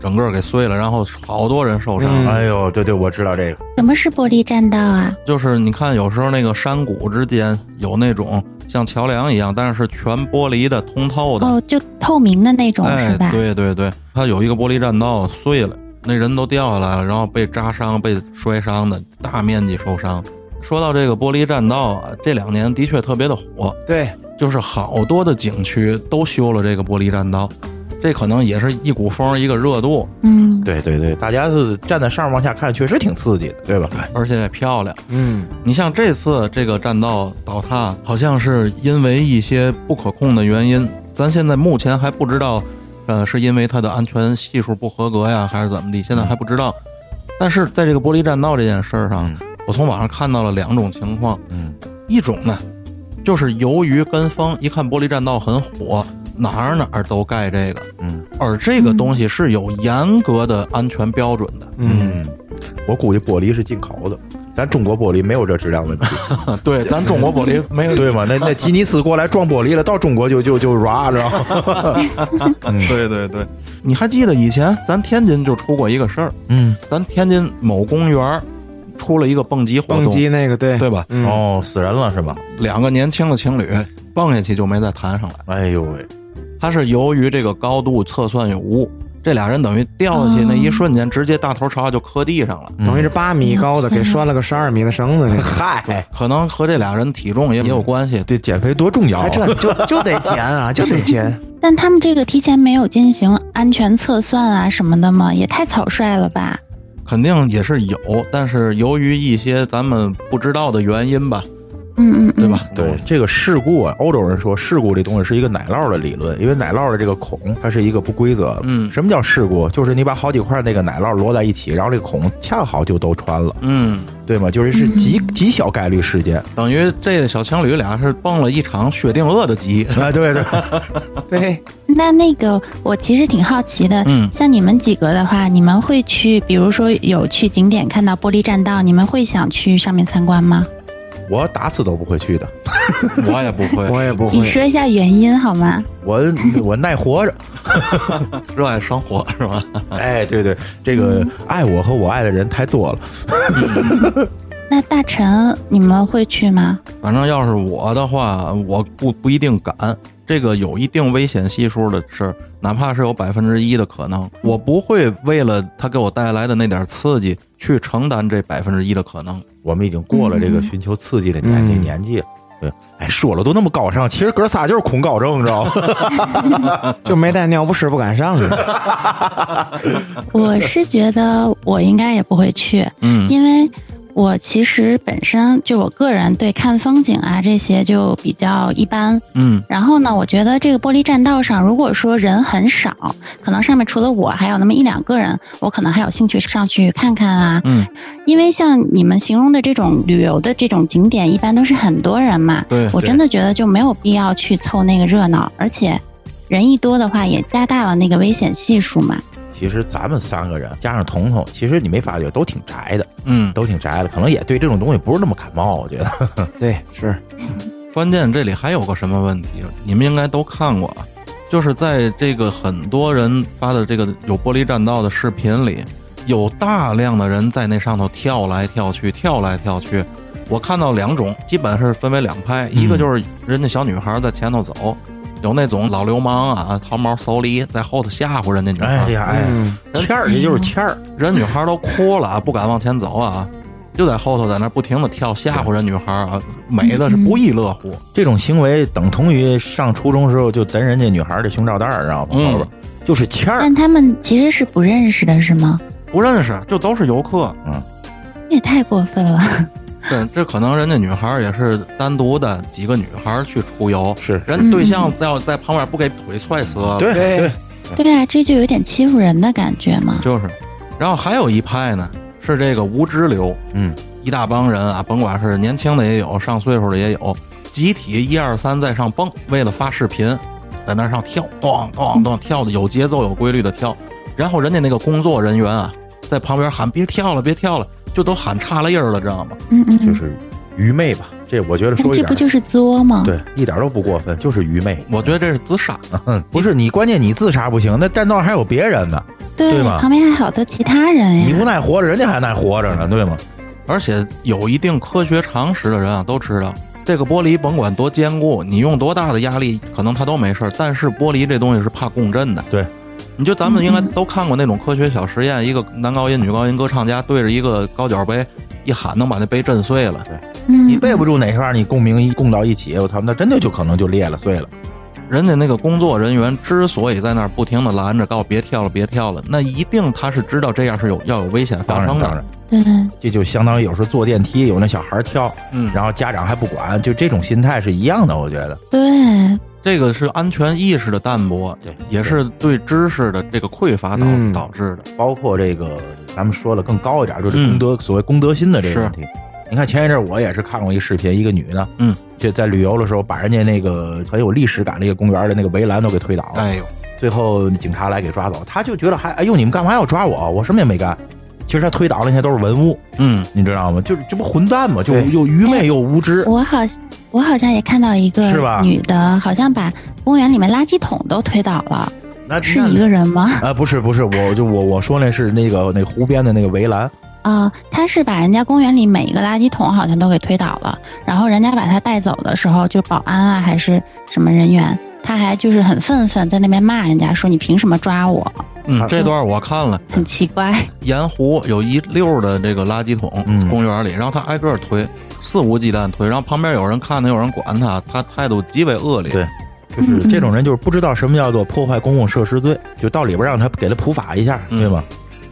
Speaker 1: 整个给碎了，然后好多人受伤。
Speaker 3: 嗯
Speaker 2: 哎呦，对对，我知道这个。
Speaker 4: 什么是玻璃栈道啊？
Speaker 1: 就是你看，有时候那个山谷之间有那种像桥梁一样，但是是全玻璃的、通透的。
Speaker 4: 哦，就透明的那种、
Speaker 1: 哎
Speaker 4: 是，吧？
Speaker 1: 对对对，它有一个玻璃栈道碎了，那人都掉下来了，然后被扎伤、被摔伤的，大面积受伤。说到这个玻璃栈道啊，这两年的确特别的火，
Speaker 3: 对，
Speaker 1: 就是好多的景区都修了这个玻璃栈道，这可能也是一股风一个热度，
Speaker 4: 嗯，
Speaker 2: 对对对，大家是站在上面往下看，确实挺刺激的，对吧？
Speaker 1: 而且也漂亮。
Speaker 3: 嗯
Speaker 1: 你像这次这个栈道倒塌，好像是因为一些不可控的原因，咱现在目前还不知道，呃，是因为它的安全系数不合格呀，还是怎么的，现在还不知道。但是在这个玻璃栈道这件事儿上，我从网上看到了两种情况，
Speaker 2: 嗯，
Speaker 1: 一种呢，就是由于跟风，一看玻璃栈道很火，哪儿哪儿都盖这个，
Speaker 2: 嗯，
Speaker 1: 而这个东西是有严格的安全标准的，
Speaker 3: 嗯，
Speaker 2: 我估计玻璃是进口的，咱中国玻璃没有这质量问题，
Speaker 1: 嗯对，咱中国玻璃没有
Speaker 2: 对吗？那那吉尼斯过来撞玻璃了，到中国就就就软，知道吗？
Speaker 1: 对对对， 你还记得以前咱天津就出过一个事儿，
Speaker 2: 嗯，
Speaker 1: 咱天津某公园儿出了一个蹦极活动，
Speaker 3: 蹦极那个对
Speaker 1: 对吧？
Speaker 3: 嗯
Speaker 2: 哦，死人了是吧？
Speaker 1: 两个年轻的情侣蹦下去就没再弹上来，
Speaker 2: 哎呦喂，
Speaker 1: 它是由于这个高度测算有误，这俩人等于掉下去那一瞬间，直接大头朝下就磕地上了。
Speaker 3: 等于是八米高的给拴了个十二米的绳子，这
Speaker 2: 嗨，
Speaker 1: 可能和这俩人体重也也有关系，
Speaker 2: 这减肥多重要啊
Speaker 3: 还！ 这就就得减啊，就得减。
Speaker 4: 但他们这个提前没有进行安全测算啊什么的吗？也太草率了吧？
Speaker 1: 肯定也是有，但是由于一些咱们不知道的原因吧，
Speaker 4: 嗯嗯，
Speaker 1: 对吧？
Speaker 2: 对这个事故啊，欧洲人说事故这东西是一个奶酪的理论，因为奶酪的这个孔它是一个不规则。
Speaker 1: 嗯
Speaker 2: 什么叫事故？就是你把好几块那个奶酪摞在一起，然后这个孔恰好就都穿了，
Speaker 1: 嗯，
Speaker 2: 对吗？就是是极
Speaker 3: 嗯
Speaker 2: 极小概率事件。
Speaker 1: 等于这小情侣俩是蹦了一场薛定谔的极，
Speaker 2: 啊，对对，
Speaker 3: 对，
Speaker 4: 嗯。那那个，我其实挺好奇的，
Speaker 1: 嗯
Speaker 4: 像你们几个的话，你们会去，比如说有去景点看到玻璃栈道，你们会想去上面参观吗？
Speaker 2: 我打死都不会去的，
Speaker 1: 我也不会，
Speaker 3: 我也不
Speaker 4: 你
Speaker 3: 会。
Speaker 4: 说一下原因好吗？
Speaker 2: 我我耐活着。
Speaker 1: 热爱生活是吧？
Speaker 3: 嗯
Speaker 2: 哎，对对，这个爱我和我爱的人太多了。
Speaker 4: 那大陈，你们会去吗？
Speaker 1: 反正要是我的话，我不不一定敢。这个有一定危险系数的事儿，哪怕是有百分之一的可能，我不会为了他给我带来的那点刺激去承担这百分之一的可能。
Speaker 2: 我们已经过了这个寻求刺激的年纪、
Speaker 3: 嗯
Speaker 2: 年纪了。对，哎，说了都那么高尚，其实哥仨就是恐高症，你知道吗？
Speaker 3: 就没带尿不湿不敢上去。
Speaker 4: 我是觉得我应该也不会去，
Speaker 1: 嗯
Speaker 4: 因为我其实本身就我个人对看风景啊这些就比较一般，
Speaker 1: 嗯
Speaker 4: 然后呢，我觉得这个玻璃栈道上，如果说人很少，可能上面除了我还有那么一两个人，我可能还有兴趣上去看看啊。
Speaker 1: 嗯，
Speaker 4: 因为像你们形容的这种旅游的这种景点，一般都是很多人嘛。
Speaker 1: 对，
Speaker 4: 我真的觉得就没有必要去凑那个热闹，而且人一多的话，也加大了那个危险系数嘛。
Speaker 2: 其实咱们三个人加上彤彤，其实你没发觉都挺宅的，
Speaker 1: 嗯，
Speaker 2: 都挺宅的，可能也对这种东西不是那么感冒。我觉得
Speaker 3: 对，是
Speaker 1: 关键这里还有个什么问题，你们应该都看过，啊，就是在这个很多人发的这个有玻璃栈道的视频里，有大量的人在那上头跳来跳去，跳来跳去。我看到两种，基本是分为两派，一个
Speaker 2: 嗯
Speaker 1: 就是人家小女孩在前头走，有那种老流氓啊，掏毛搜梨在后头吓唬人家女孩。
Speaker 2: 哎呀嗯哎呀，
Speaker 3: 嗯，
Speaker 1: 欠
Speaker 3: 儿也就是欠儿，
Speaker 1: 人女孩都哭了，不敢往前走啊，就在后头在那不停的跳，吓唬人女孩啊，美的是不亦乐乎。
Speaker 2: 这种行为等同于上初中时候就逮人家女孩儿的胸罩带儿，知道吗？
Speaker 1: 嗯
Speaker 2: 后边就是欠儿，
Speaker 4: 但他们其实是不认识的，是吗？
Speaker 1: 不认识，就都是游客。
Speaker 4: 这也太过分了。
Speaker 1: 这这可能人家女孩也是单独的几个女孩去出游，
Speaker 2: 是
Speaker 1: 人对象要在旁边不给腿踹死了，
Speaker 2: 对对，
Speaker 4: 对啊，这就有点欺负人的感觉嘛。
Speaker 1: 就是。然后还有一派呢，是这个无知流，
Speaker 2: 嗯，
Speaker 1: 一大帮人啊，甭管是年轻的也有，上岁数的也有，集体一二三在上蹦，为了发视频，在那上跳，咚咚咚跳的有节奏、有规律的跳。然后人家那个工作人员啊，在旁边喊别跳了，别跳了，就都喊岔了音儿了，知道吗？
Speaker 4: 嗯嗯，
Speaker 2: 就是愚昧吧。这我觉得
Speaker 4: 那
Speaker 2: 说一
Speaker 4: 这
Speaker 2: 点
Speaker 4: 不
Speaker 2: 儿
Speaker 4: 就是作吗？
Speaker 2: 对，一点儿都不过分，就是愚昧。
Speaker 1: 我觉得这是自杀。
Speaker 2: 嗯， 不是你，关键你自杀不行，那栈道还有别人呢，
Speaker 4: 对
Speaker 2: 对吧
Speaker 4: 旁边还有好多其他人
Speaker 2: 你不
Speaker 4: 呀。
Speaker 2: 耐活着，人家还耐活着呢，对吗？
Speaker 1: 而且有一定科学常识的人啊，都知道这个玻璃甭管多坚固，你用多大的压力，可能它都没事儿。但是玻璃这东西是怕共振的。
Speaker 2: 对，
Speaker 1: 你就咱们应该
Speaker 4: 嗯
Speaker 1: 都看过那种科学小实验，一个男高音、女高音歌唱家对着一个高脚杯一喊，能把那杯震碎了。
Speaker 4: 嗯，
Speaker 2: 你背不住哪块儿，你共鸣一共到一起，我操，那真的就可能就裂了碎了。
Speaker 1: 人家那个工作人员之所以在那儿不停的拦着，告诉别跳了，别跳了，那一定他是知道这样是有要有危险
Speaker 2: 当
Speaker 1: 发
Speaker 2: 然，
Speaker 1: 生
Speaker 2: 当
Speaker 1: 的
Speaker 2: 然。，
Speaker 4: 对，
Speaker 2: 这就相当于有时候坐电梯，有那小孩儿跳，
Speaker 1: 嗯，
Speaker 2: 然后家长还不管，就这种心态是一样的。我觉得，
Speaker 4: 对，
Speaker 1: 这个是安全意识的淡薄，
Speaker 2: 对
Speaker 1: 也是对知识的这个匮乏导
Speaker 3: 嗯
Speaker 1: 导致的。
Speaker 2: 包括这个咱们说了更高一点，就是公德、所谓公德心的这个问题。你看前一阵儿我也是看过一视频，一个女的，
Speaker 1: 嗯，
Speaker 2: 就在旅游的时候把人家那个很有历史感的一个公园的那个围栏都给推倒了，
Speaker 1: 哎呦，
Speaker 2: 最后警察来给抓走，他就觉得还哎呦你们干嘛要抓我？我什么也没干。其实他推倒那些都是文物，
Speaker 1: 嗯，
Speaker 2: 你知道吗？就是这不混蛋吗？就
Speaker 3: 对
Speaker 2: 又愚昧又无知。
Speaker 4: 我好，我好像也看到一
Speaker 2: 是吧
Speaker 4: 个女的，好像把公园里面垃圾桶都推倒了，
Speaker 2: 那
Speaker 4: 是
Speaker 2: 那
Speaker 4: 一个人吗？
Speaker 2: 啊、不是不是，我就我我说那是那个那湖边的那个围栏，
Speaker 4: 啊，她是把人家公园里每一个垃圾桶好像都给推倒了，然后人家把她带走的时候，就保安啊还是什么人员，她还就是很愤愤，在那边骂人家说你凭什么抓我，
Speaker 1: 嗯，这段我看了，
Speaker 4: 很奇 怪。
Speaker 1: 盐湖有一溜儿的这个垃圾桶，
Speaker 2: 嗯
Speaker 1: 公园里，然后他挨个儿推，肆无忌惮推，然后旁边有人看他，有人管他，他态度极为恶劣。
Speaker 2: 对就是
Speaker 1: 嗯
Speaker 2: 这种人就是不知道什么叫做破坏公共设施罪，就到里边让他给他普法一下，
Speaker 1: 嗯
Speaker 2: 对吗？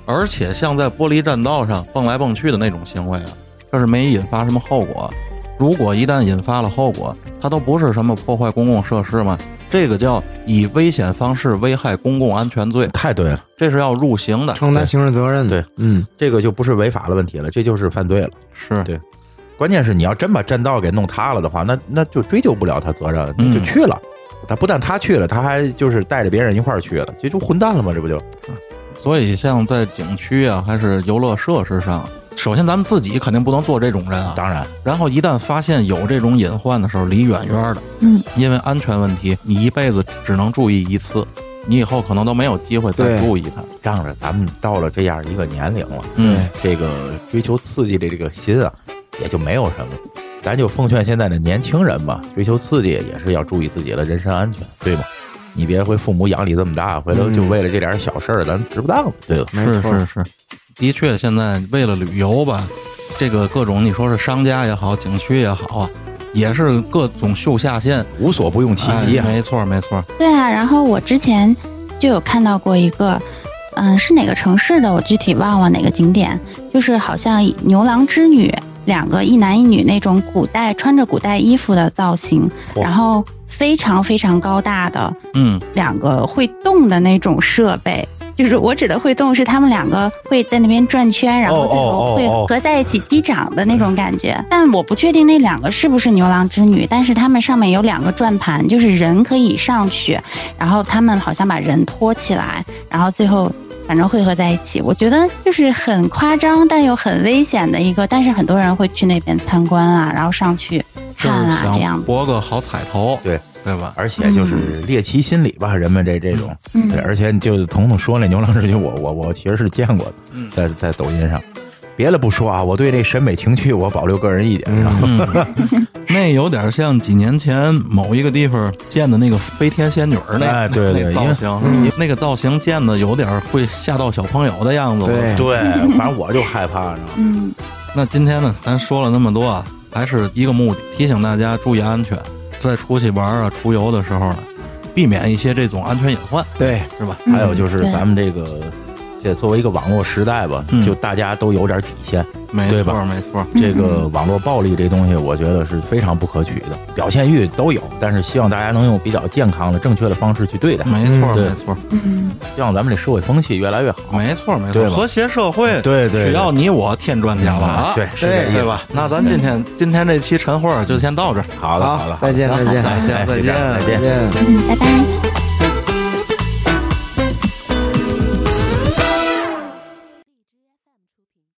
Speaker 1: 而且像在玻璃栈道上蹦来蹦去的那种行为啊，这是没引发什么后果。如果一旦引发了后果，它都不是什么破坏公共设施嘛，这个叫以危险方式危害公共安全罪，
Speaker 2: 太对了，
Speaker 1: 这是要入刑的。
Speaker 3: 承担刑事责任的。
Speaker 2: 对，
Speaker 3: 嗯，
Speaker 2: 这个就不是违法的问题了，这就是犯罪了。
Speaker 1: 是
Speaker 2: 对关键是你要真把栈道给弄塌了的话，那那就追究不了他责任，
Speaker 1: 嗯
Speaker 2: 那就去了。他不但他去了，他还就是带着别人一块儿去了，这就混蛋了嘛，这不就？
Speaker 1: 所以，像在景区啊，还是游乐设施上，首先咱们自己肯定不能做这种人啊。
Speaker 2: 当然，
Speaker 1: 然后一旦发现有这种隐患的时候，离远远的，
Speaker 4: 嗯，
Speaker 1: 因为安全问题，你一辈子只能注意一次，你以后可能都没有机会再
Speaker 3: 对
Speaker 1: 注意它。
Speaker 2: 仗着咱们到了这样一个年龄了，
Speaker 1: 嗯，
Speaker 2: 这个追求刺激的这个心啊，也就没有什么。咱就奉劝现在的年轻人吧，追求刺激也是要注意自己的人身安全，对吗？你别回父母养你这么大，回头就为了这点小事儿，咱值不当，对吧？
Speaker 3: 没
Speaker 1: 是
Speaker 3: 错
Speaker 1: 是是，的确，现在为了旅游吧，这个各种你说是商家也好，景区也好啊，也是各种秀下限。
Speaker 2: 无所不用其极
Speaker 1: 哎
Speaker 2: 啊！
Speaker 1: 没错没错，
Speaker 4: 对啊，然后我之前就有看到过一个，嗯、是哪个城市的，我具体忘了哪个景点，就是好像以牛郎织女两个一男一女那种古代穿着古代衣服的造型，
Speaker 2: 哇
Speaker 4: 然后非常非常高大的
Speaker 1: 嗯
Speaker 4: 两个会动的那种设备。就是我指的会动，是他们两个会在那边转圈，然后最后
Speaker 2: 哦哦哦嗯
Speaker 4: 会合在一起击掌的那种感觉。但我不确定那两个是不是牛郎织女，但是他们上面有两个转盘，就是人可以上去，然后他们好像把人托起来，然后最后反正汇合在一起。我觉得就是很夸张，但又很危险的一个，但是很多人会去那边参观啊，然后上去
Speaker 1: 就
Speaker 4: 看
Speaker 1: 是
Speaker 4: 啊，这样
Speaker 1: 想
Speaker 4: 子。
Speaker 1: 博个好彩头，
Speaker 2: 对
Speaker 1: 对吧？
Speaker 2: 而且就是猎奇心理吧，人们这这种，
Speaker 4: 嗯
Speaker 2: 对，而且你就彤彤说那牛郎织女，我我我其实是见过的，
Speaker 1: 嗯
Speaker 2: 在在抖音上。别的不说啊，我对那审美情趣我保留个人意见。然后
Speaker 1: 嗯 那有点像几年前某一个地方建的那个飞天仙女儿那、
Speaker 2: 哎对对嗯
Speaker 1: 那
Speaker 2: 因
Speaker 1: 造
Speaker 2: 为
Speaker 1: 型，那个造型建的有点会吓到小朋友的样子。我
Speaker 3: 对
Speaker 2: 对，反正我就害怕，然后
Speaker 4: 嗯，
Speaker 1: 那今天呢，咱说了那么多啊，还是一个目的，提醒大家注意安全，在出去玩啊、出游的时候呢，避免一些这种安全隐患，
Speaker 3: 对，
Speaker 1: 是吧？
Speaker 4: 嗯
Speaker 2: 还有就是
Speaker 4: 对
Speaker 2: 咱们这个，这作为一个网络时代吧，
Speaker 1: 嗯
Speaker 2: 就大家都有点底线。
Speaker 1: 没
Speaker 2: 对
Speaker 1: 错，
Speaker 2: 吧
Speaker 1: 没错。
Speaker 2: 这个网络暴力这东西，我觉得是非常不可取的，表现欲都有，但是希望大家能用比较健康的、正确的方式去对待。
Speaker 1: 没错，
Speaker 3: 嗯
Speaker 2: 对
Speaker 1: 没错，
Speaker 4: 嗯，
Speaker 2: 希望咱们这社会风气越来越好。
Speaker 1: 没错，没
Speaker 2: 对
Speaker 1: 错。
Speaker 2: 吧
Speaker 1: 和谐社会，
Speaker 2: 对对对
Speaker 1: 只要你我添砖加瓦，
Speaker 2: 对是这意思
Speaker 1: 啊
Speaker 2: 嗯
Speaker 1: 对吧？那咱今天今天这期晨会儿就先到这儿。
Speaker 2: 好的，好的，好的
Speaker 3: 再见，再
Speaker 1: 再
Speaker 3: 见，
Speaker 1: 见再
Speaker 2: 哎再
Speaker 1: 见
Speaker 2: 见，
Speaker 1: 再
Speaker 2: 再
Speaker 1: 见
Speaker 2: 见。
Speaker 3: 再见。
Speaker 4: 嗯拜拜。